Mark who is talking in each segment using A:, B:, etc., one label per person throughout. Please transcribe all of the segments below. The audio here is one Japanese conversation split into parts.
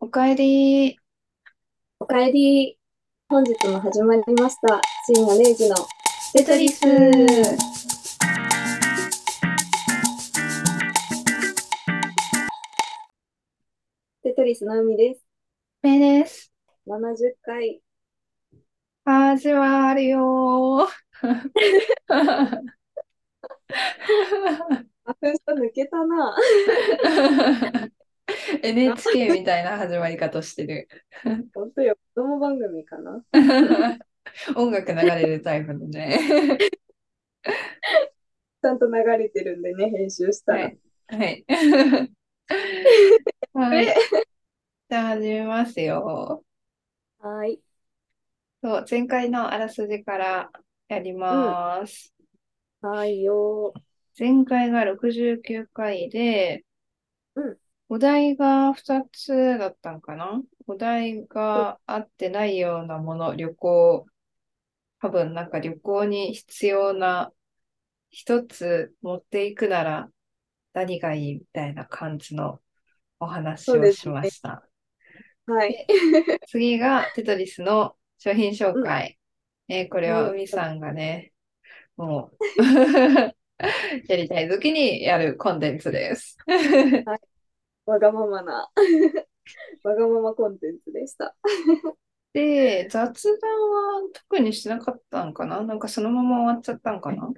A: おかえり。
B: おかえり。本日も始まりました。深夜0時のテトリス。テトリスの海です。
A: めいです。
B: 70回。
A: 始まるよ ー。
B: あ、ふん抜けたな。
A: NHK みたいな始まり方してる。
B: 本当よ、子供番組かな。
A: 音楽流れるタイプのね。
B: ちゃんと流れてるんでね、編集したら。
A: はいはい。 はい。じゃあ始めますよ。
B: はーい。
A: そう、前回のあらすじからやります。
B: はーいよ
A: 前回が69回で
B: うん、
A: お題が2つだったんかなお題が合ってないようなもの、旅行、多分なんか旅行に必要な一つ持っていくなら何がいいみたいな感じのお話
B: そう
A: を
B: で
A: し
B: すね
A: ました。
B: ー。はい。
A: 次がテトリスの商品紹介。えーこれは海さんがね、もう、やりたい時にやるコンテンツです。
B: わがままな。 わがままコンテンツでした。
A: で、雑談は特にしなかったんかななんかそのまま終わっちゃったんかな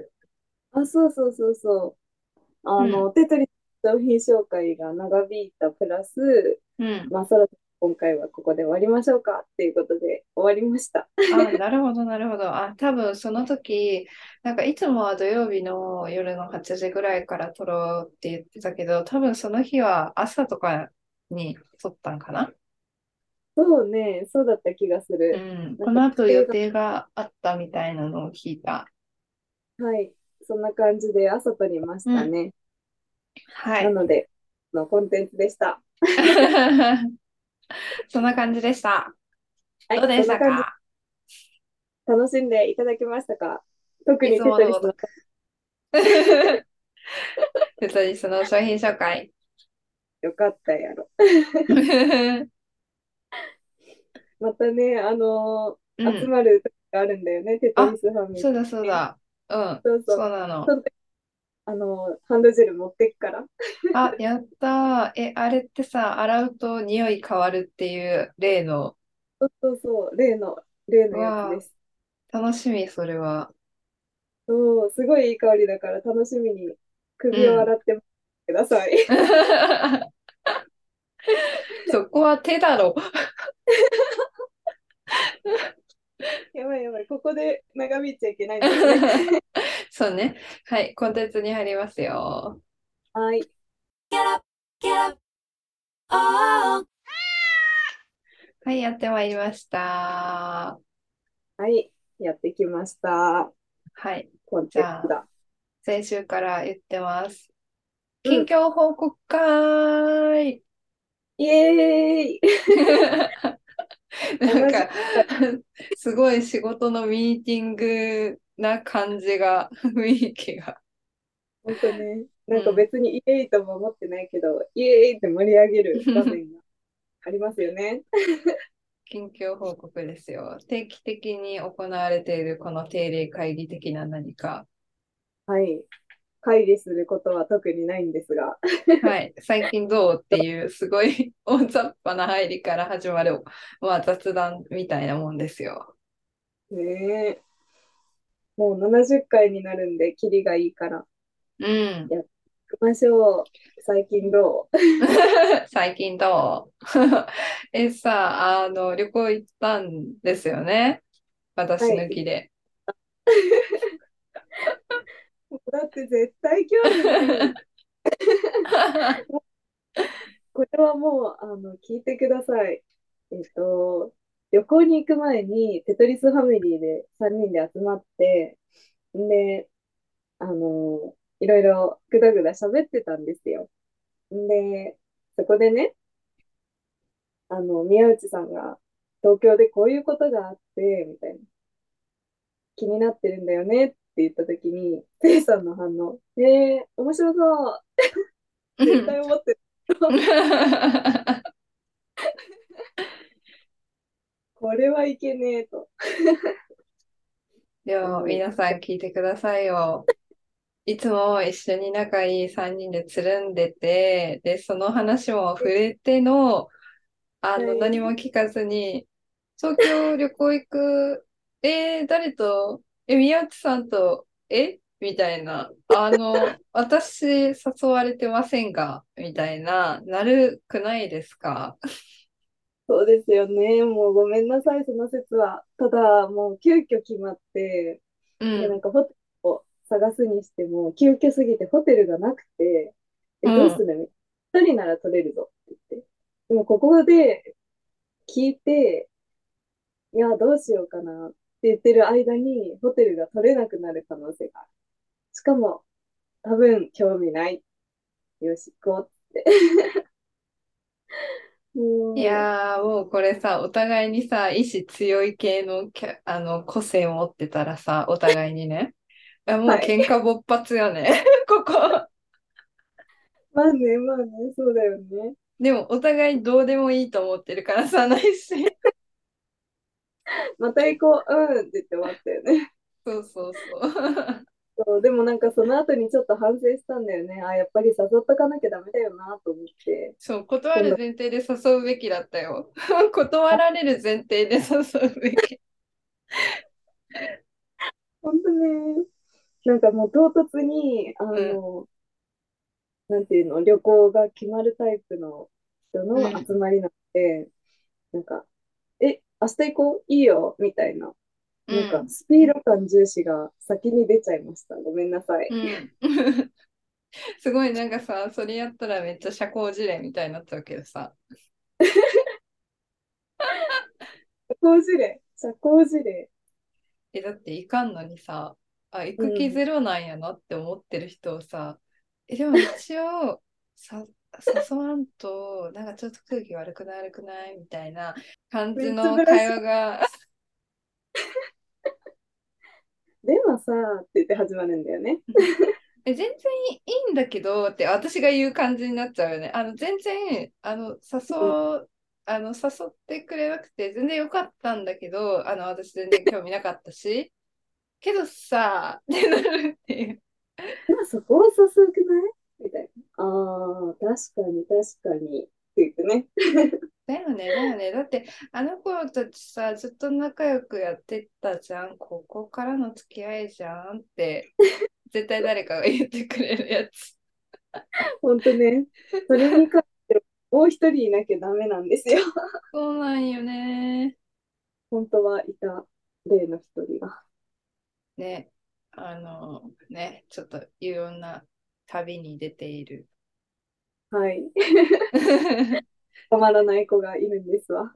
B: あ、そうそうそうそう。あの、テトリス商品紹介が長引いたプラス、
A: うん。
B: まあ、そろそろ今回はここで終わりましょうかっていうことで終わりました。
A: あ、なるほど、なるほど。あ、多分その時、なんかいつもは土曜日の夜の8時ぐらいから撮ろうって言ってたけど、多分その日は朝とかに撮ったんかな
B: そうね、そうだった気がす
A: う
B: る。
A: ん、この後予定があったみたいなのを聞いた。
B: はい。そんな感じで朝撮りましたね。
A: は
B: な。ので、のコンテンツでした。
A: そんな感じでした。
B: はい、
A: どうでし
B: そ
A: た
B: んな感じ
A: か
B: 楽しんでいただけましたか特に
A: いつも
B: テト
A: のこ
B: リスの
A: と。 テトリスの商品紹 介。
B: よかったやろ。
A: うん
B: またね、あのー集まる時があるんだよね、テトリスファミリー。
A: そうだそうだ。うん。
B: そうそ
A: そ
B: う
A: うなの。
B: あのーハンドジェル持ってくから。
A: あ、やったー。え、あれってさ、洗うと匂い変わるっていう例の、
B: そうそうそう、例の、例のやつです。
A: 楽しみ、それは。
B: そう、すごいいい香りだから楽しみに首を洗ってください。
A: そこは手だろ。
B: やばいやばい、ここで長引いちゃいけない んですね。
A: そうね。はい、コンテンツに入りますよ。
B: はい。
A: はい、やってまいりました。
B: はい、やってきました。
A: はい、
B: コンテンツだ。
A: 先週から言ってます。
B: う
A: 近
B: ん
A: 況報告 会
B: イエーイ
A: なんか、すごい仕事のミーティングな感じが、 雰囲気が。
B: 本当ね、なんか別にイエーイとも思ってないけど、イエーイって盛り上 げる場面がありますよね。
A: 近況報告ですよ。定期的に行われているこの定例会議的な何か。
B: はい。会議することは特にないんですが、
A: はい、最近どうっていうすごい 大雑把な入りから始まる、まあ、雑談みたいなもんですよ。
B: ねえもう70回になるんで、キリがいいから。
A: うん。
B: 行きましょう。最近どう
A: 最近どう え、さ、あの、旅行行ったんですよね。私抜き で。
B: だって絶対興味ない。これはもうあの聞いてください。えっと、旅行に行く前にテトリスファミリーで3人で集まって、んで、あの、いろいろぐだぐだ喋ってたんですよ。んで、そこでね、あの、宮内さんが東京でこういうことがあって、みたいな。気になってるんだよねって言った時に、せいさんの反応、えー、面白 そう絶対思ってるれはいけねえと。
A: では、
B: うん
A: 皆さん聞いてくださいよ。いつも一緒に仲いい3人でつるんでて、で、その話も触れての、あの、
B: はい
A: 何も聞かずに、東京旅行行く、えー、誰と、え、宮内さんと、えみたいな、あ の、私誘われてませんが、みたいな、なるくないですか
B: そうですよね。もうごめんなさい、その説は。ただ、もう急遽決まって、
A: う
B: でなん
A: ん、
B: かホテルを探すにしても、急遽すぎてホテルがなくて、え、
A: うん
B: どうするの一人なら取れるぞって言って。でもここで聞いて、いや、どうしようかなって言ってる間に、ホテルが取れなくなる可能性がある。しかも、多分興味ない。よし、行こうって。 もう
A: いやー、もうこれさ、お互いにさ、意志強い系のキャ、あの、個性を持ってたらさ、お互いに ね。いやもう
B: はい
A: 喧嘩勃発よね、 ここ。
B: まあね、まあね、そうだよね。
A: でも、お互いどうでもいいと思ってるからさ、ないし。
B: また行こう、うんって言って終わったよね。
A: そうそう そう。
B: そう、でもなんかその後にちょっと反省したんだよね。あ、やっぱり誘っとかなきゃダメだよなと思って。
A: そう、断る前提で誘うべきだったよ。 断られる前提で誘 うべき。
B: ほんとね。なんかもう唐突に、あの、なんていうの、旅行が決まるタイプの人
A: うん
B: の集まりなんで、なんか、え、明日行こういいよみたいな。
A: う
B: なんか
A: ん。
B: スピード感重視が先に出ちゃいました。ごめんなさい。
A: うん すごいなんかさ、それやったらめっちゃ社交辞令みたいになっちゃうけどさ。
B: 社交辞令、社交辞令。
A: え、だって行かんのにさ、あ、行く気ゼロなんやなって思ってる人をさ、え、でも一 応、さ、誘わんと、なんかちょっと空気悪くない悪くないみたいな感じの
B: めっちゃ
A: 会話が、
B: でもさ、って言って始まるんだよね。
A: え、全然いいんだけどって私が言う感じになっちゃうよね。あの、全然、あの、誘う、あの、誘ってくれなくて、全然よかったんだけど、あの、私全然興味なかったし、けどさ、ってなるっていう。
B: 今そこは誘うくないみたいな。ああ、確かに確かに。って言ってね。
A: だよね、だよね。だって、あの子たちさ、ずっと仲良くやってたじゃん。ここからの付き合いじゃんって、絶対誰かが言ってくれるやつ。
B: ほんとね。それに関してはもう一人いなきゃダメなんですよ。
A: そうなんよね。
B: 本当はいた例の一人が。
A: ね、あの、ね、ちょっといろんな旅に出ている。
B: はい。
A: うん
B: たまらない子がいるんですわ。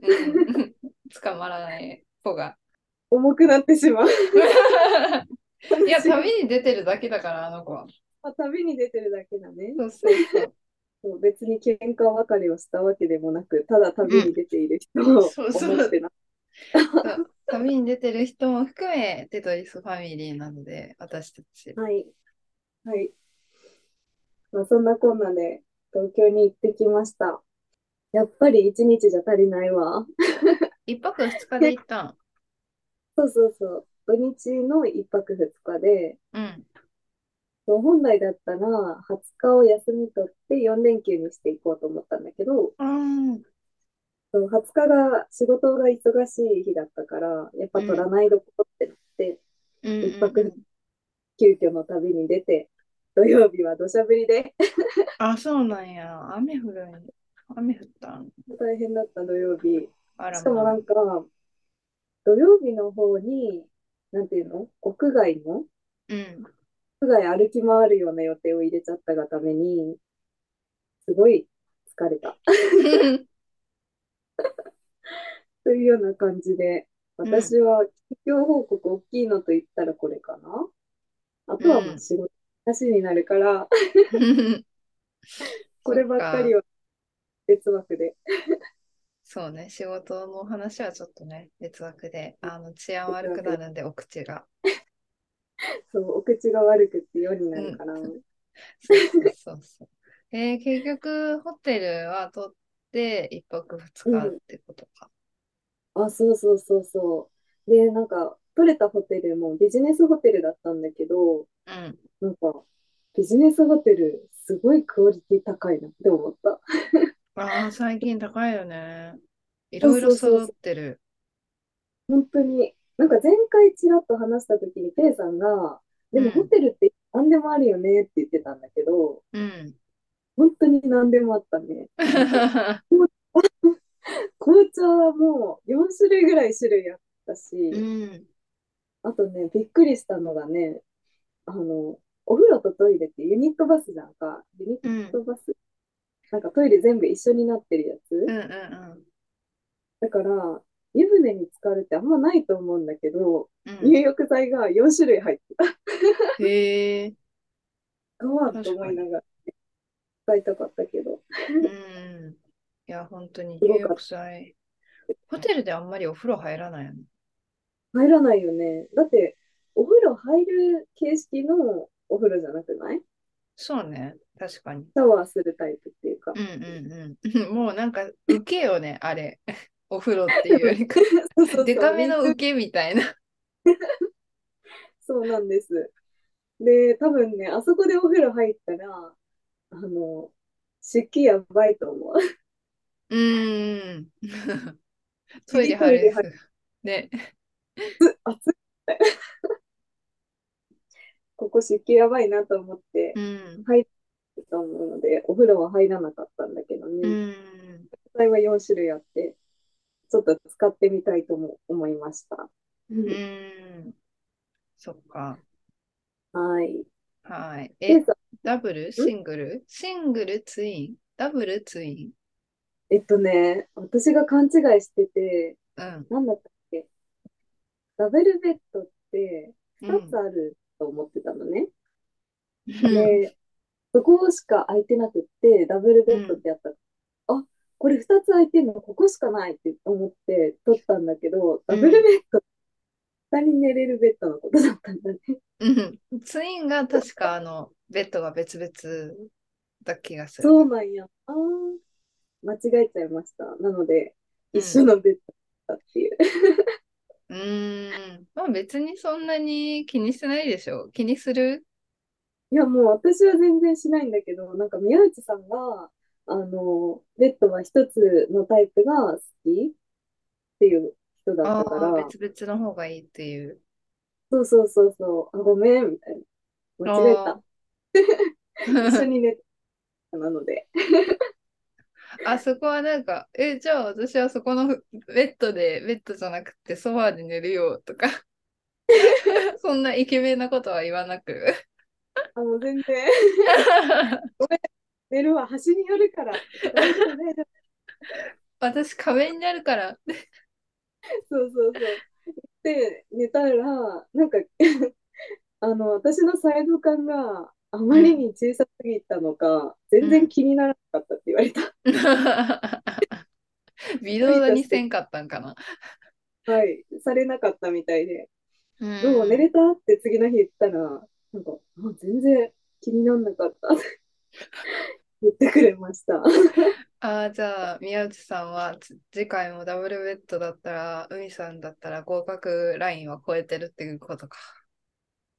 A: 捕まらない子が。
B: 重くなってしまう。
A: いや、旅に出てるだけだから、あの子は。
B: まあ旅に出てるだけだね。
A: そうそうそう。
B: そう別に喧嘩別れをしたわけでもなく、ただ旅に出ている人を思
A: そうそう
B: ってな。
A: そう旅に出てる人も含め、テトリスファミリーなので、私たち。
B: はい。はい。まあ、そんなこんなで東京に行ってきました。やっぱり一日じゃ足りないわ。
A: 一泊二日で行ったん。
B: そうそうそう。土日の一泊二日で、
A: うん。
B: そう本来だったら20日を休み取って4連休にしていこうと思ったんだけど、
A: うん。
B: そう20日が仕事が忙しい日だったから、やっぱ取らないどころってなって、
A: うん
B: 一泊急遽の旅に出て、土曜日は土砂降りで
A: あ、そうなんや。雨降るん。雨降ったん。
B: 大変だった土曜日。
A: あら
B: しかも
A: ま
B: な
A: あ
B: んか、土曜日の方に、なんていうの屋外の
A: うん。
B: 屋外歩き回るような予定を入れちゃったがために、すごい疲れた。というような感じで、
A: ん
B: 私は企業報告大きいのと言ったらこれかな。あとはもう仕事なしになるから、こればっかり
A: は。
B: は別枠で。
A: そうね。仕事の話はちょっとね、別枠で、あの、治安悪くなるんで、お口が。
B: そう、お口が悪くってようになるから。
A: そうそうそうそう。えー結局、ホテルは取って、一泊二日ってことか。
B: あ、そうそうそうそう。で、なんか、取れたホテルもビジネスホテルだったんだけど、
A: うん。
B: なんか、ビジネスホテル、すごいクオリティ高いなって思った。
A: ああ、最近高いよね。い
B: そう
A: ろいろ
B: そうそう
A: 揃
B: そ
A: っ
B: う。
A: てる。
B: 本当に、なんか前回ちらっと話した時に、ペイさんが、
A: う
B: でもホ
A: ん、
B: テルって何でもあるよねって言ってたんだけど、
A: うん。
B: 本当に何でもあったね。なんか、こう紅茶も4種類ぐらい種類あっ た
A: う
B: し、
A: ん、
B: あとね、びっくりしたのがね、あの、お風呂とトイレってユニットバスじゃんか。ユニッ
A: うん、
B: トバス。なんかトイレ全部一緒になってるや
A: うん、
B: つ。
A: うん、
B: だから、湯船に浸かるってあんまないと思うんだけど、
A: うん。う
B: 入
A: ん
B: 浴剤が4種類入ってた。
A: へえ、
B: ごわん
A: 確
B: と思
A: か
B: い
A: に。
B: ながら使いたかったけど、
A: うん。いや、本当に
B: す
A: 入
B: ごかっ
A: 浴剤。ホテルであんまりお風呂入らないよね。
B: た。入らないよね。だって、お風呂入る形式のお風呂じゃなくない
A: そうね、確かに。
B: シャワーするタイプっていうか。
A: うんうんうん。 もうなんか、受けよね、あれ。 お風呂って いうよりか。
B: そうそう
A: デ
B: そ
A: カ
B: う、
A: めの
B: 水、
A: 受けみたいな。
B: そうなんです。で、多分ね、あそこでお風呂入ったら、あの、湿気やばいと思う。
A: うーん。 トイレ
B: 次ト
A: 入
B: イ
A: るや
B: レ入
A: つ。ね。
B: る、熱い、 ここ湿気やばいなと思っ
A: う
B: て
A: ん。
B: 入ったと思うので、お風呂は入らなかったんだけど
A: う
B: ね、
A: ーん。
B: 野菜は4種類あって、ちょっと使ってみたいとも思いました。う
A: うんーん。そっか。
B: はい。
A: はい。
B: ケイ
A: え、
B: さ
A: ダブル
B: ん、ん
A: シングルシングルツインダブルツイン
B: えっとね、私が勘違いしてて、
A: うん。
B: なんだったっけ、ダブルベッドって
A: う
B: 2つ
A: ん。
B: あると思ってたのね。
A: うん。
B: で、そこしか空いてなくって、ダブルベ
A: う
B: ッドっ
A: ん。
B: てやったら。あ、これ2つ空いてんの、ここしかないって思って取ったんだけど、
A: う
B: ダブル
A: ん。
B: ベッド、2人寝れるベッドのことだったんだね。
A: うんツインが確かあの、ベッドが別々だ気がする。
B: そうなんや。あー間違えちゃいました。なので、
A: う
B: 一緒
A: ん。
B: のベッドだったっていう。
A: うーん。まあ別にそんなに気にしてないでしょ。気にする
B: いや、もう私は全然しないんだけど、なんか宮内さんが、あの、ベッドは一つのタイプが好きっていう人だっ
A: あ
B: たか
A: あー、
B: ら、
A: 別々の方がいいっていう。
B: そうそうそうそう、あ、ごめん、みたいな。間違え
A: あ
B: た。一緒
A: あ。
B: に寝てたなので。
A: あそこはなんか、え、じゃあ私はそこのベッドで、ベッドじゃなくてソファーで寝るよと か、そんなイケメンなことは言わな く。
B: あ、もう全然、 ごめん、寝るわ、端に寄るから。大丈夫、大丈夫。
A: 私壁になるから。
B: そうそうそう。で、寝たら、なんか、 あの、私のサイド感があ
A: う
B: まり
A: ん、
B: に小さすぎたのか、
A: う
B: 全然
A: ん。
B: 気にならなかったって言われた。び
A: 微
B: っく
A: 動
B: り
A: だ
B: と
A: に
B: し
A: せ
B: て、
A: んかったんかな。
B: はい、されなかったみたいで、
A: う
B: どう、寝
A: ん。
B: れたって次の日言ったら、なんか、もう全然気にならなかった って言ってくれました。
A: ああ、じゃあ、宮内さんはつ次回もダブルベッドだったら、海さんだったら合格ラインは超えてるっていうことか。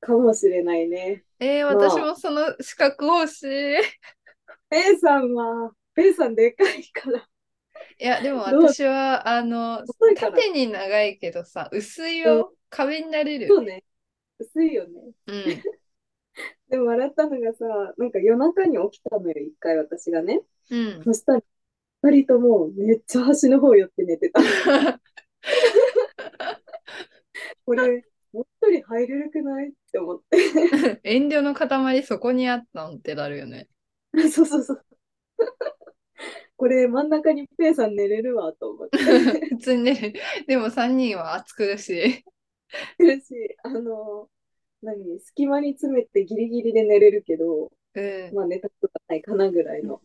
B: かもしれないね。
A: えー、私
B: まあ、
A: もその資格欲しい。
B: ペイさんは、ペイさんでかいから、
A: いや、でも
B: どう、
A: 私は、あの、
B: 細いから。
A: 縦に長いけどさ、薄い
B: うん、
A: よ。壁になれ
B: そ
A: る。
B: うね、薄いよね。
A: うん、
B: でも笑ったのがさ、なんか夜中に起きたのよ、一回私がね。
A: うん。
B: そしたら、二人ともめっちゃ端の方寄って寝てた。 これ、もう一人入れるくないって思って。
A: 遠慮の塊そこにあったのってなるよね。
B: そうそうそう。これ真ん中にペイさん寝れるわと思って。
A: 普通にね、 でも3人は暑苦しい。
B: 苦しい。あの、何、隙間に詰めてギリギリで寝れるけど、
A: うん。
B: まあ寝たことないかなぐらいの。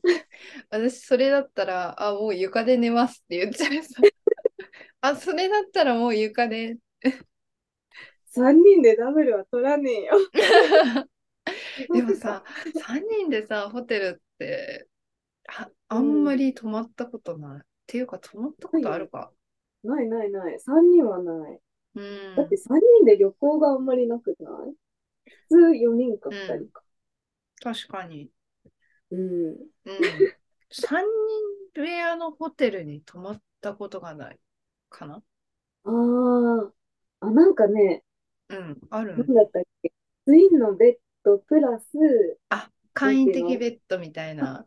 A: 私、それだったら、あ、もう床で寝ますって言っちゃいそう。 あ、それだったらもう床で。
B: 三人でダブルは取らねえよ。地
A: でも
B: 獄か。
A: さ、3人でさ、ホテルって、あ、
B: う
A: あんま
B: ん。
A: り泊まったことない。っていうか、泊まったこ
B: ない
A: と
B: よ
A: あ
B: ね。
A: るか。
B: ないないない。3人はない。
A: う
B: だっ
A: ん
B: て、3人で旅行があんまりなくない普通4人か
A: うん
B: 2人か。
A: 確かに。
B: うん。
A: うん。3人部屋のホテルに泊まったことがないかな
B: ああ。あ、なんかね、
A: うん、ある
B: なんんだったっけツインのベッドプラス、
A: あ、簡易的ベッドみたいな。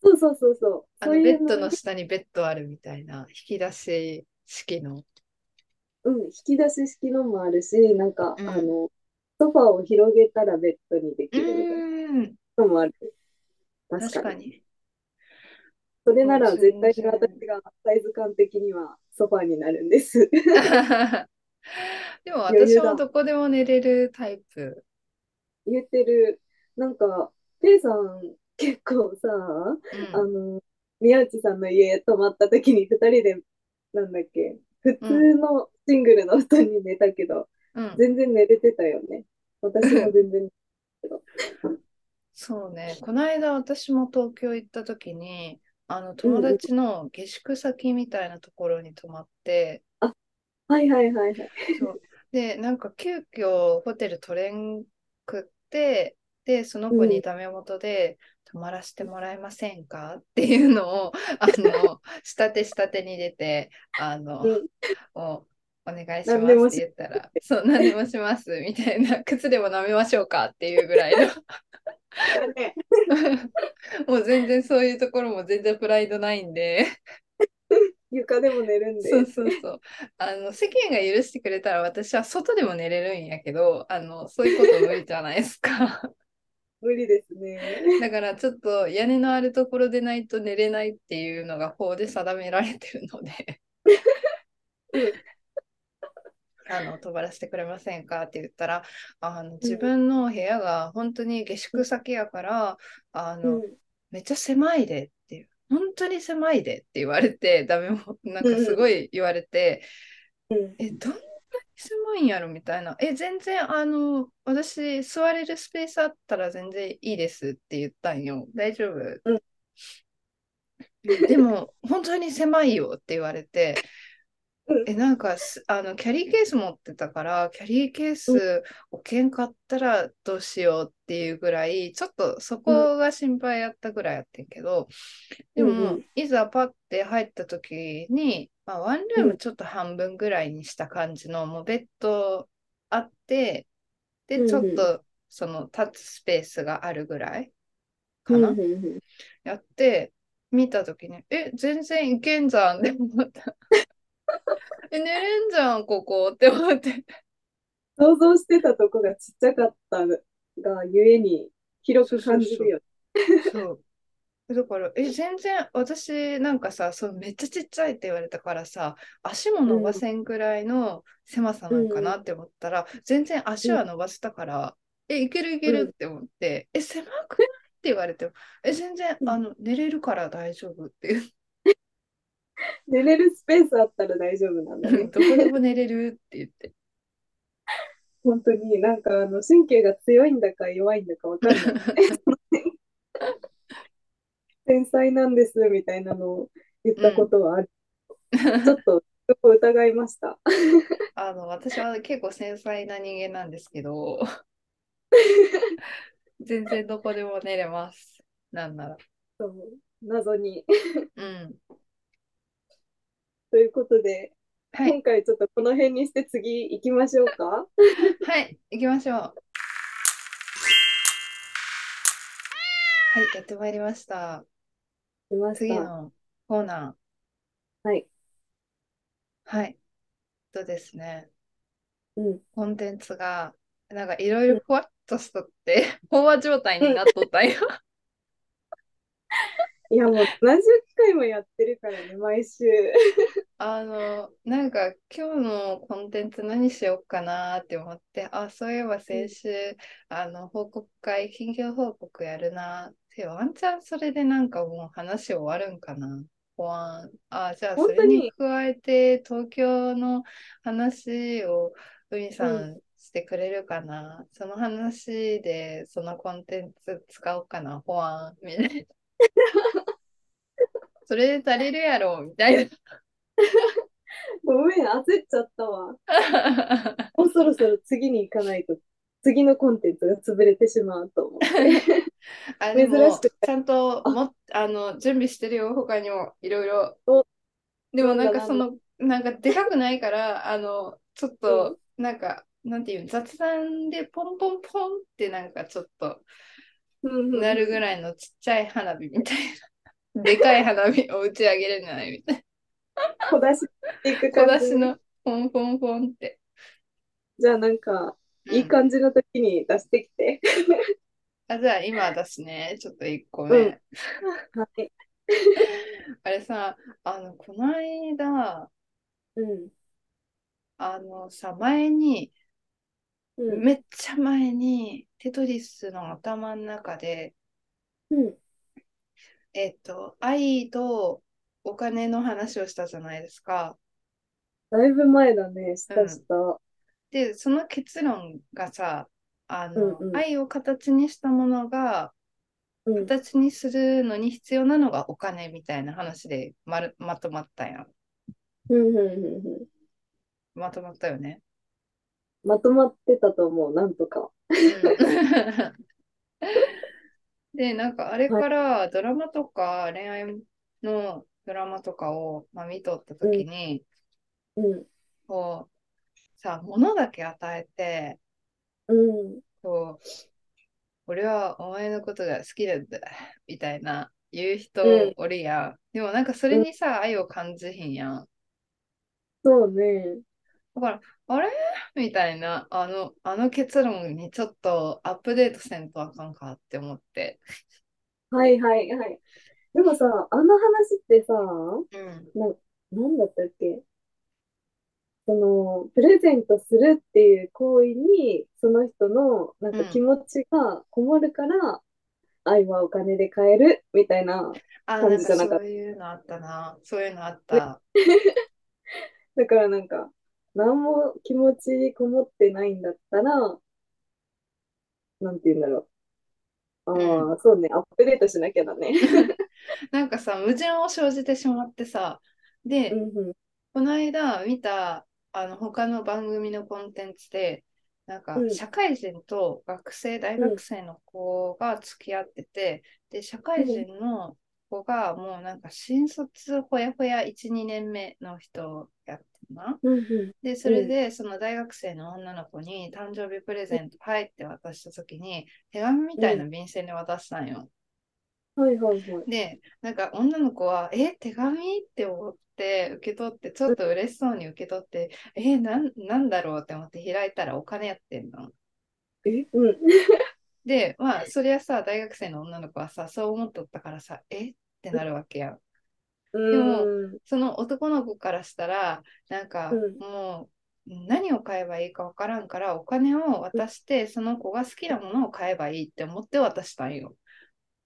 B: そうそうそうそう。
A: あ
B: そ
A: の
B: うい
A: ベ
B: う
A: ッドの
B: の、
A: 下にベッドあるみたいな引き出し式の。
B: うん、引き出し式のもあるし、なんか、
A: うん
B: あの、ソファーを広げたらベッドにできるみたい
A: うん、
B: なのもある。確
A: 確
B: か
A: か
B: に。
A: に。
B: それなら絶対
A: 全
B: に
A: 然
B: 私がサイズ感的にはソファーになるんです。
A: でも
B: 余
A: 私
B: 裕だ
A: はどこでも寝れるタイプ。
B: 言ってる。なんか、ペイさん結構さ、
A: うん
B: あの、宮内さんの家泊まった時に二人で、なんだっけ、普通のシングルの布団に寝たけど、
A: うん、
B: 全然寝れてたよね。私も 全然。
A: そうね。この間私も東京行った時に、あの友達の下宿先みたいなところに泊まって、
B: はいは いはいはい。
A: そう。で、なんか急遽ホテル取れんくって、で、その子
B: う
A: に
B: ん
A: ダメ元で泊まらせてもらえませんか っていうのを、あの、下手下手に出て、あの、
B: うん
A: おお願いし
B: 何
A: ま
B: ですも
A: って
B: し
A: 言ったら、そう、何でもしますみたいな、靴でも舐めましょうかっていうぐらいの、
B: ね。
A: もう全然そういうところも全然プライドないんで、
B: 床でも寝るん で。
A: そうそうそう。あの、世間が許してくれたら私は外でも寝れるんやけど、あの、そういうこと無理じゃないですか。
B: 無理ですね。
A: だからちょっと屋根のあるところでないと寝れないっていうのが法で定められてるのであの泊まらせてくれませんかって言ったらあの自分の部屋が本当に下宿先やからあ
B: う
A: の
B: ん。
A: めっちゃ狭いでっていう本当に狭いでって言われてダメもなんかすごい言われて
B: うん。
A: えどんなに狭いんやろみたいなえ全然あの私座れるスペースあったら全然いいですって言ったんよ大丈夫でも本当に狭いよって言われて
B: うん、
A: え、なんかすあのキャリーケース持ってたから、キャリーケース置けんかったらどうしようっていうぐらい、ちょっとそこが心配やったぐらいやってんけど、で
B: うんう
A: も
B: ん、
A: いざパッて入った時に、まあ、ワンルームちょっと半分ぐらいにした感じの、もうベッドあって、
B: うん
A: で、
B: うん
A: ちょっとその立つスペースがあるぐらいか
B: うん
A: な。
B: うんうん
A: やって見た時に「え全然いけんじゃん」って 思った「え寝れんじゃんここ」って思って
B: 想像してたとこがちっちゃかったがゆえに広く感じるよ。
A: そうだから「え全然私なんかさそうめっちゃちっちゃい」って言われたからさ足も伸ばせんぐらいの狭さなんかなって思ったら、全然足は伸ばせたから「えいけるいける」って思って「え狭くない?」って言われても「え全然あの寝れるから大丈夫」っていう
B: 寝れるスペースあったら大丈夫なんだね
A: 。どこでも寝れるって言 って。
B: 本当になんかあの神経が強いんだか弱いんだかわ かんない。天才なんですみたいなのを言ったことはある。ちょっとそこ疑いました。
A: あの私は結構繊細な人間なんですけど全然どこでも寝れますなんなら
B: そう謎に。
A: うん
B: ということで、
A: はい
B: 今回ちょっとこの辺にして次行きましょうか。
A: はい行きましょうはいやってまいりました
B: 来まし
A: 次
B: た。
A: のコーナー
B: はい
A: はいえっとですね
B: うん。
A: コンテンツがなんかいろいろふわっとしとって飽和状態になっとったよ
B: いやもう何十回もやってるからね、毎週。
A: あの、なんか今日のコンテンツ何しようかなって思って、あ、そういえば先週、あの、報告会、近況報告やるなって、ワンチャンそれでなんかもう話終わるんかな。ほわん。あ、じゃあそ
B: 本当
A: れに
B: に
A: 加えて、東京の話を海さ
B: うん
A: してくれるかな。その話で、そのコンテンツ使おうかな、ほわん。みたいな。 それで足りるやろ、みたいな。
B: ごめん、焦っちゃったわ。 もうそろそろ次に行かないと、次のコンテンツが潰れてしまうと 思って。
A: あで
B: 珍
A: も
B: しく
A: ちゃんともっあの準備してるよ他にもいろいろ
B: お
A: でもなんか
B: そ
A: そ
B: うだな
A: のなんかでかくないからあのちょっとなんか、なんていうの雑談でポンポンポンってなんかちょっとなるぐ
B: い。
A: らいのちっちゃい花火みたいな でかい花火を打ち上げるんじゃないみたい
B: 小出しっていく
A: な
B: 感
A: 小
B: じ
A: 出し。のポンポンポンって、
B: じゃあなんか、
A: うん
B: いい感じの時に出してき て。
A: あじゃあ今だしねちょっと1個
B: う
A: 目
B: んはい。
A: あれさあのこの間
B: うん。
A: あのさ前に
B: うん。
A: めっちゃ前にテトリスの頭の中で、
B: うん。
A: えっと、愛とお金の話をしたじゃないですか。
B: だいぶ前だね。したした。
A: で、その結論がさ、あの、
B: うんうん
A: 愛を形にしたものが、
B: うん。
A: 形にするのに必要なのがお金みたいな話でまるまとまったやん。
B: うんうんうんうん。
A: まとまったよね。
B: まとまってたと思う、なんとか。
A: で、なんかあれからドラマとか恋愛のドラマとかを、まあ、見とった時に、
B: うん。
A: こう、さ、物だけ与えて、
B: うん。
A: こう、俺はお前のことが好きなんだ、みたいな言う人
B: うん
A: おるやん。でもなんかそれにさ、愛を感じひんやん。
B: そうね。
A: だから、あれみたいな、あの、あの結論にちょっとアップデートせんとあかんかって思って。
B: はいはいはい。でもさ、あの話ってさ、
A: うん。
B: な、なんだったっけその、プレゼントするっていう行為に、その人の、なんか
A: うん
B: 気持ちがこもるから、愛はお金で買える、みたいな。
A: あ、
B: 感
A: なん
B: じ
A: か
B: じゃなかった
A: そういうのあったな。そういうのあった。
B: だからなんか、何も気持ちこもってないんだったら、なんて言うんだろう。ああ、そうね、アップデートしなきゃだね。
A: なんかさ、矛盾を生じてしまってさ、で、
B: うんうん。
A: この間見たあの他の番組のコンテンツでなんか
B: うん
A: 社会人と学生大学生の子が付き合ってて、で社会人の子がもうなんか新卒ほやほや12年目の人やってるな。
B: うんうん。
A: でそれでその大学生の女の子に誕生日プレゼント入って渡した時に手紙みたいな便箋で渡したんよ。
B: はいはいはい。
A: で、なんか女の子は、え、手紙って思って受け取って、ちょっと嬉しそうに受け取って、え、なん、なんだろうって思って開いたらお金やってんの。
B: え、うん。
A: で、まあ、そりゃさ、大学生の女の子はさ、そう思っとったからさ、えってなるわけやん。
B: うん。
A: その男の子からしたら、なんか
B: うん
A: もう何を買えばいいかわからんから、お金を渡して、その子が好きなものを買えばいいって思って渡したんよ。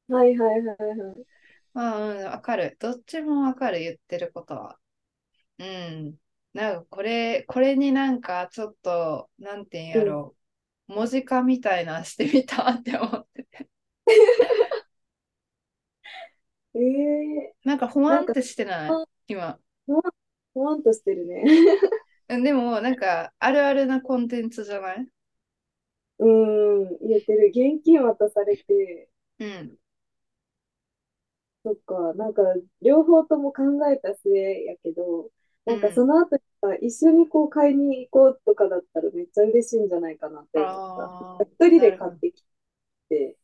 B: はいはいはいはい。
A: まあ、うん、わかる。どっちもわかる、言ってることは。うん。なんか、これ、これになんか、ちょっと、なんていうんやろう。文字化みたいなしてみたって思って。
B: ええ
A: なんか、ほわんってしてない今。
B: ほわんとしてるね。
A: うんでも、なんか、あるあるなコンテンツじゃないう
B: ーん、言えてる。現金渡されて、
A: うん。
B: そっか、なんか、両方とも考えた末やけど、なんかその後にさ、一緒にこう買いに行こうとかだったらめっちゃ嬉しいんじゃないかなって思っ
A: あ
B: た。
A: あ、
B: 一人で買ってきて、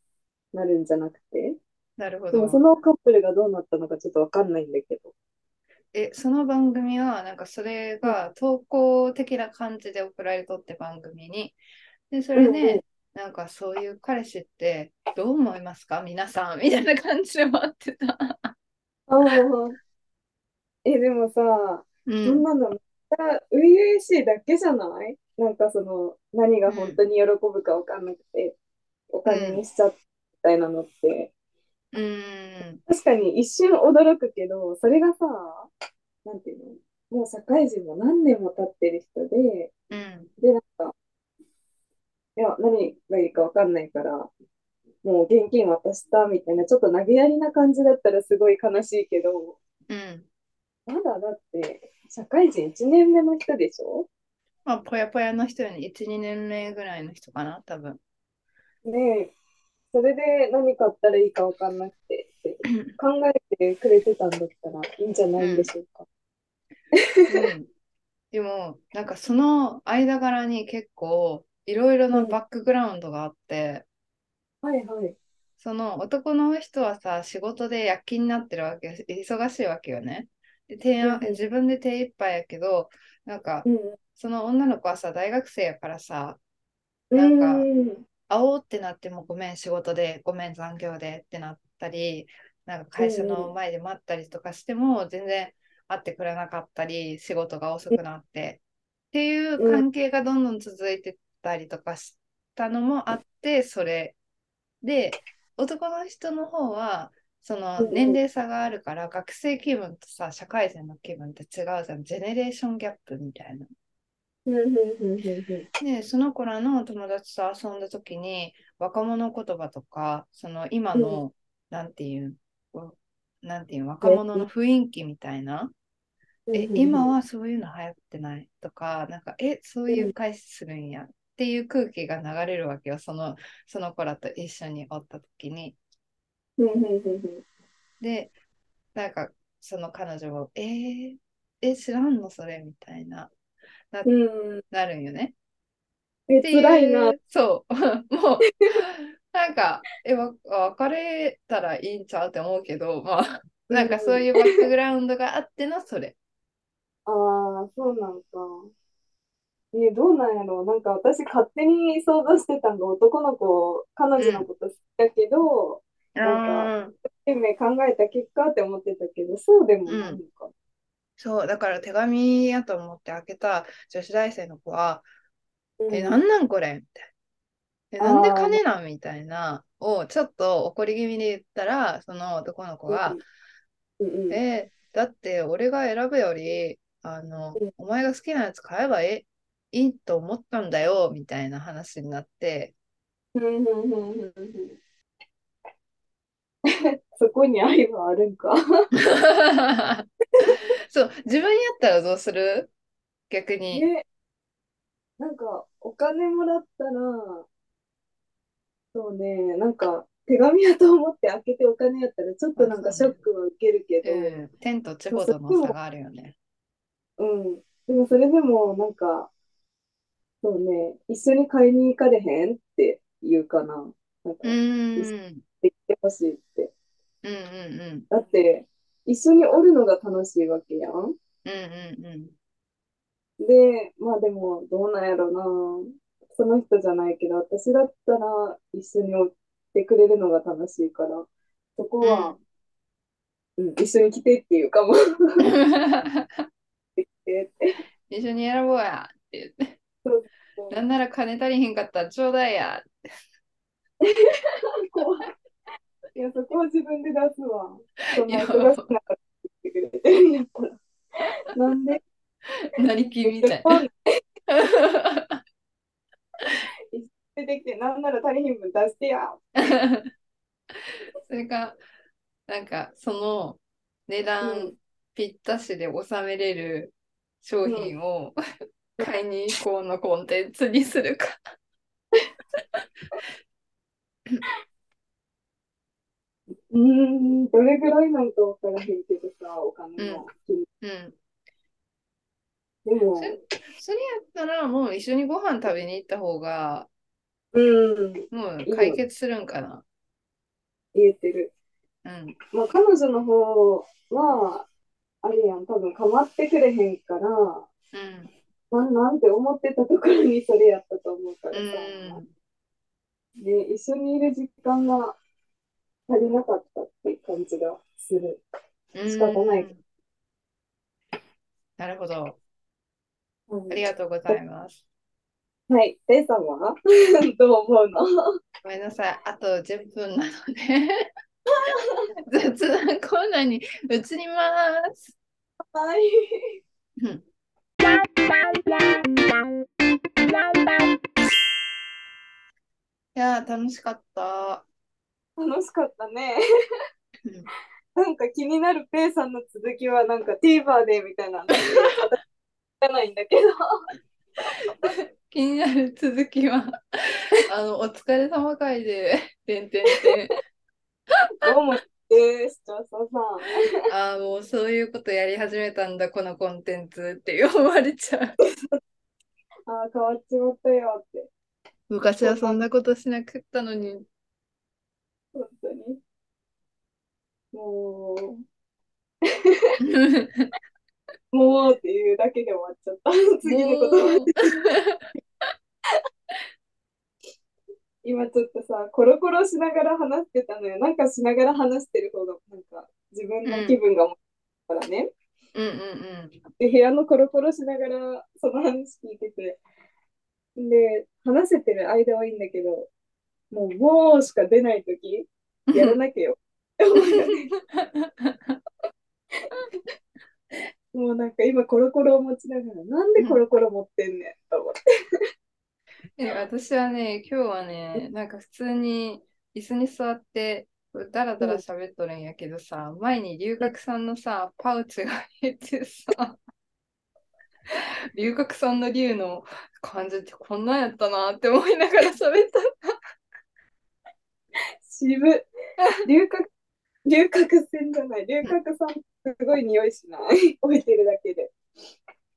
B: なるんじゃなくて。
A: なるほ
B: でもそ
A: ど。
B: のカップルがどうなったのかちょっとわかんないんだけど。
A: え、その番組は、なんか、それが投稿的な感じで送られとって、番組に。で、それ
B: うんう
A: で、なんかそういう彼氏ってどう思いますか皆さんみたいな感じで待ってた。
B: ああ。 え、でもさ、
A: う
B: そん
A: ん。
B: なの、初々しいだけじゃないなんかその、何が本当に喜ぶか分かんなくて、お金にしちゃったみたいなのって、
A: うん。
B: 確かに一瞬驚くけど、それがさ、なんていうのもう社会人も何年も経ってる人で、
A: うん。
B: で、なんか、いや、何がいいか分かんないから、もう現金渡したみたいな、ちょっと投げやりな感じだったらすごい悲しいけど、
A: うん。
B: まだだって、社会人1年目の人でしょ
A: まあ、ぽやぽやの人より1、2年目ぐらいの人かな、多 分。
B: ねえ、それで何買ったらいいか分かんなくてって考えてくれてたんだったらいいんじゃないんでしょうか。
A: うんでも、なんかその間柄に結構いろいろなバックグラウンドがあって、
B: はいはい。
A: その男の人はさ、仕事で躍起になってるわけ、忙しいわけよね。で、手や
B: うんうん
A: 自分で手一杯やけど、なんか
B: うん
A: その女の子はさ、大学生やからさ、
B: うん。
A: な
B: うん
A: 会おうってなってもごめん仕事でごめん残業でってなったりなんか会社の前で待ったりとかしても全然会ってくれなかったり仕事が遅くなってっていう関係がどんどん続いてたりとかしたのもあってそれで男の人の方はその
B: うん
A: 年齢差があるから学生気分とさ社会人の気分って違うじゃんジェネレーションギャップみたいな。
B: うんうんうんうん
A: で、その子らの友達と遊んだ時に、若者言葉とか、その今の、なんていうん、こうなんていうん、若者の雰囲気みたいな、
B: うん
A: え、今はそういうの流行ってないとか、なんか、え、そういう返しするんやっていう空気が流れるわけよ、その、その子らと一緒におった時に。
B: うんうんうん
A: で、なんか、その彼女も、えー、え、知らんのそれみたいな、
B: うんうん。
A: なるんよね。
B: え、
A: っていう
B: 辛いな。
A: そう。 もう、なんか、え、わ別れたらいいんちゃうって思うけど、まあ、なんかそう
B: うん。
A: いうバックグラウンドがあってのそれ。
B: ああ、そうなんか。え、どうなんやろう。なんか私勝手に想像してたんが男の子、彼女のこと好きだけど、なん
A: うん
B: 一生懸命考えた結果って思ってたけど、そうでもないのか。
A: そう、だから手紙やと思って開けた女子大生の子は、
B: うん
A: え、なんなんこれみたいな。え、な
B: あー
A: んで金なんみたいなをちょっと怒り気味で言ったら、その男の子が、
B: うんうんうん
A: えーだって俺が選ぶより、あの
B: うん、
A: お前が好きなやつ買えばいい、いいと思ったんだよ、みたいな話にな って、
B: うんうんうんうんうん そこに愛はあるんか。
A: そう、自分やったらどうする逆に。
B: ね、なんかお金もらったら、そうね、なんか手紙やと思って開けてお金やったら、ちょっとなんかショックは受けるけ
A: うん、天と地ほどの差があるよね。
B: ど、うん。でもそれでもなんか、そうね、一緒に買いに行かれへんって言うかな。なんか、
A: う
B: 行
A: ん、
B: っ
A: うん、
B: てほしいって。
A: うん、うん、
B: だって、一緒におるのが楽しいわけやん。
A: うん、うん、うん。
B: で、まあでも、どうなんやろな。その人じゃないけど、私だったら一緒におってくれるのが楽しいから、そこは、うん、一緒に来てっていうかも、 えって
A: 一緒に選ぼうやって言って。
B: そうそう
A: なんなら金足りへんかったらちょうだいや。
B: 怖い。いや、そこは自分で出すわ。そん
A: い
B: な
A: や
B: 忙しくなかって言ってく れてるんやったら。なんで
A: なりきみたい。
B: パン出てきて、なんなら足りひん分出してや。
A: それか、なんか、その値段ぴったしで収めれる商品を買いに行こうのコンテンツにするか。
B: うーん、どれぐらいなんかわからへんけどさ、お金の。
A: うん。
B: でも、
A: それやったら、もう一緒にご飯食べに行った方が、
B: うん、
A: もう解決するんかな。
B: 言えてる。
A: うん。
B: まあ、彼女の方は、あれやん、多分構ってくれへんから、
A: うん。
B: なんなんて思ってたところにそれやったと思うから
A: う
B: さ、
A: ん。
B: で、一緒にいる時間が足りなかったって感じがする。仕方ない
A: うんなるほど。
B: うん
A: ありがとうございます。
B: はい、レイさんは どう思うの
A: ごめんなさい。あと10分なの で雑談コーナーに移ります。
B: はい。
A: うんいやー、楽しかった。
B: 楽しかったね
A: うん。
B: なんか気になるペイさんの続きはなんか TVer でみたいなので、私聞かないんだけど、
A: 気になる続きは、 あの、お疲れ様会で、てんてんてん。
B: どうもして、視聴者さん。
A: ああ、もうそういうことやり始めたんだ、このコンテンツって思われちゃう。
B: ああ、変わっちまったよって、
A: 昔はそんなことしなかったの に。
B: 本当に。もう、もうっていうだけで終わっちゃった。次のことは
A: もう
B: 今ちょっとさ、コロコロしながら話してたのよ。なんかしながら話してる方が、なんか自分の気分がもからね。
A: うん うん
B: で、部屋のコロコロしながら、その話聞いてて。で、話せてる間はいいんだけど、もう、もうしか出ないとき、
A: うん。
B: やらなきゃよ。 って思いながらもうなんか今、コロコロを持ちながら、なんでコロコロ持ってんねん、と思って。
A: え、私はね、今日はね、なんか普通に椅子に座って、だらだら喋っとるんやけどさ、前に龍角さんのさ、パウチが入って さ、龍角さんの龍の感じってこんなんやったなって思いながら喋った。
B: 渋。龍角、龍角線じゃない。龍角さん、すごい匂いしない置いてるだけで。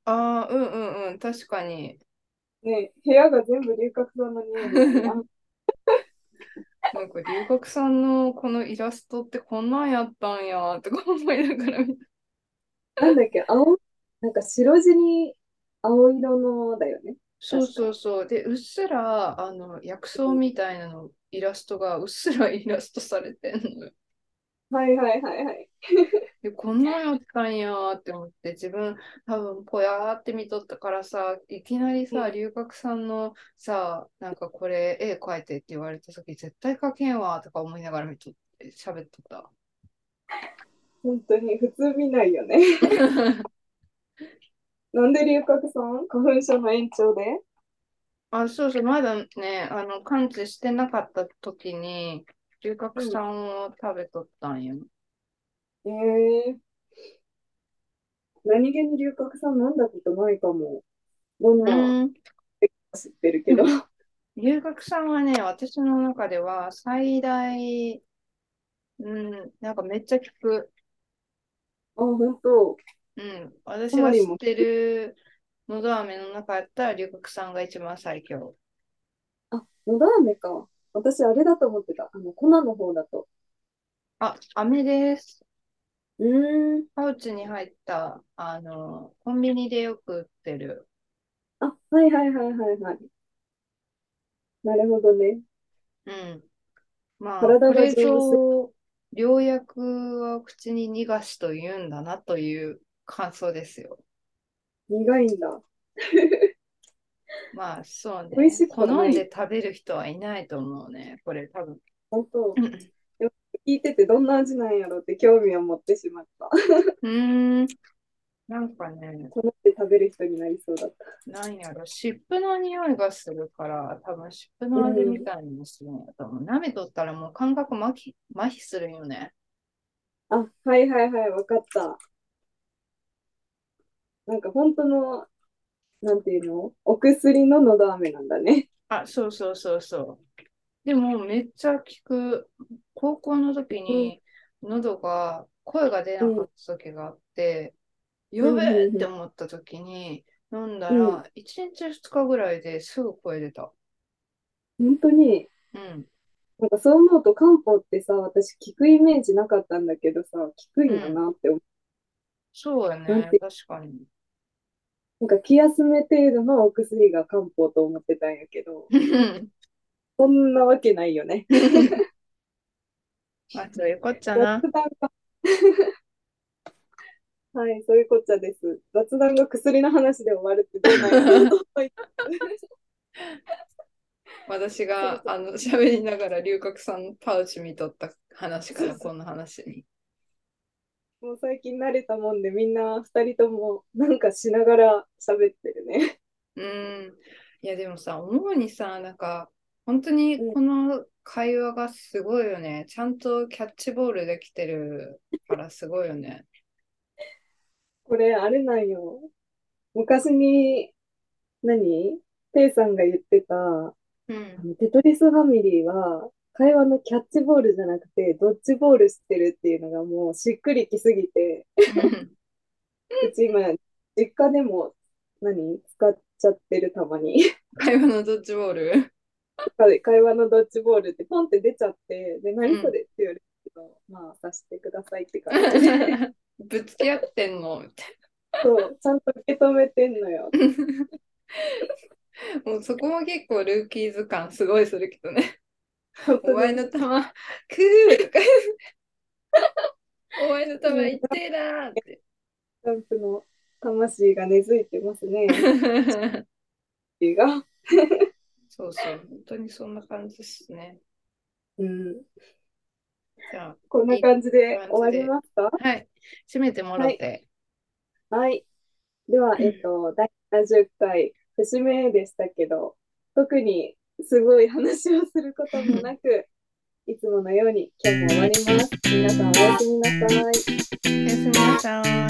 A: ああ、うんうんうん、確かに。
B: ね、部屋が全部龍角さんの匂いですよ。
A: なんか龍角さんのこのイラストってこんなんやったんやとか思いながら見た。
B: なんだっけ、青、なんか白地に青色のだよね。
A: そうそうそう。で、うっすら、あの、薬草みたいなの、イラストがうっすらイラストされてん のよ。
B: はいはいはいはい。
A: で、こんなんやったんやって思って、自分、多分、ぽやーって見とったからさ、いきなりさ、
B: うん
A: 龍角さんのさ、なんかこれ、絵描いてって言われた時、絶対描けんわとか思いながら見とって、喋っとった。
B: 本当に普通見ない よね。なんで龍角さん花粉症の延長で
A: あ、そうそう、まだね、あの、完治してなかった時に、龍角散を食べとったんよ。
B: えー、何気に龍角さん飲んだことないかも。どん
A: う。
B: なん知ってるけど。
A: 龍角散はね、私の中では最大、うん、なんかめっちゃ効く。
B: あ、本当。
A: うん。私が知ってるのど飴の中やったら龍角散が一番最強。
B: あ、のど飴か。私、あれだと思ってた。あの、粉の方だと。
A: あ、飴です。
B: うーん。
A: パウチに入った、あの、コンビニでよく売ってる。
B: あ、はいはいはいはいはい。なるほどね。
A: うん。まあ、
B: 体が
A: これ
B: 丈夫す
A: ぞ、良薬は口に逃がしと言うんだなという感想ですよ。
B: 苦いんだ。
A: まあ、そうね。
B: 美味しく
A: 好
B: はない
A: んで食べる人はいないと思うね。これ多分。
B: 本当。聞いててどんな味なんやろって興味を持ってしまった。
A: うーん。なんかね、
B: 好って食べる人になりそうだった。
A: なんやろ、湿布の匂いがするから、多分湿布の味みたいにもするんやと思う。舐めとったらもう感覚麻痺、麻痺するよね。
B: あ、はいはいはい、わかった。なんか本当の、なんていうのお薬ののど飴なんだね。
A: あ、そうそうそうそう。でもめっちゃ効く。高校の時に喉が、声が出なかった時があって、
B: ん
A: 呼べえって思った時に飲んだら、
B: うん
A: 1日2日ぐらいですぐ声出た。
B: 本当に、
A: うん。
B: なんかそう思うと漢方ってさ、私聞くイメージなかったんだけどさ、聞くんだなって思う。
A: そうや
B: なん
A: ね、
B: て
A: 確かに。
B: なんか気休め程度のお薬が漢方と思ってたんやけど、そんなわけないよね。
A: あ、そういうこっちゃ
B: 雑
A: な。
B: 談がはい、そういうこっちゃです。雑談が薬の話で終わるってどうなんやろう
A: 私が、あの、喋りながら、龍角さんのパウチ見とった話から、こんな話に。
B: もう最近慣れたもんで、みんな二人ともなんかしながら喋ってるね。
A: うん。いや、でもさ、思うにさ、なんか、本当に
B: うん
A: この会話がすごいよね。ちゃんとキャッチボールできてるからすごいよね。
B: これ、あれなんよ。昔に、何ペイさんが言ってた、あ
A: うん。
B: のテトリスファミリーは、会話のキャッチボールじゃなくて、ドッジボールしてるっていうのがもうしっくりきすぎて、うち今、実家でも、何使っちゃってる、たまに。
A: 会話のドッジボール。
B: 会会話のドッジボールってポンって出ちゃって、で、
A: う
B: 何
A: ん
B: それって言われるけど、まあ、さしてくださいって感じで。
A: ぶつけ合ってんのみたい
B: そう、ちゃんと受け止めてんのよ。
A: な。もうそこも結構ルーキーズ感すごいするけどね。
B: 本当
A: お
B: に
A: 前の球、くーとか。お前の球いってえなーって。
B: ジャンプの魂が根付いてま すね。映画。
A: そうそう。本当にそんな感じですね。
B: うん。
A: じゃあ、
B: こんな感じで
A: いい
B: 終わりますか
A: はい。締めてもらって。
B: はい。で
A: う
B: は、
A: ん
B: えっと、第70回、節目でしたけど、特にすごい話をすることもなく、いつものように今日も終わります。皆さんおやすみなさい。
A: おやすみなさい。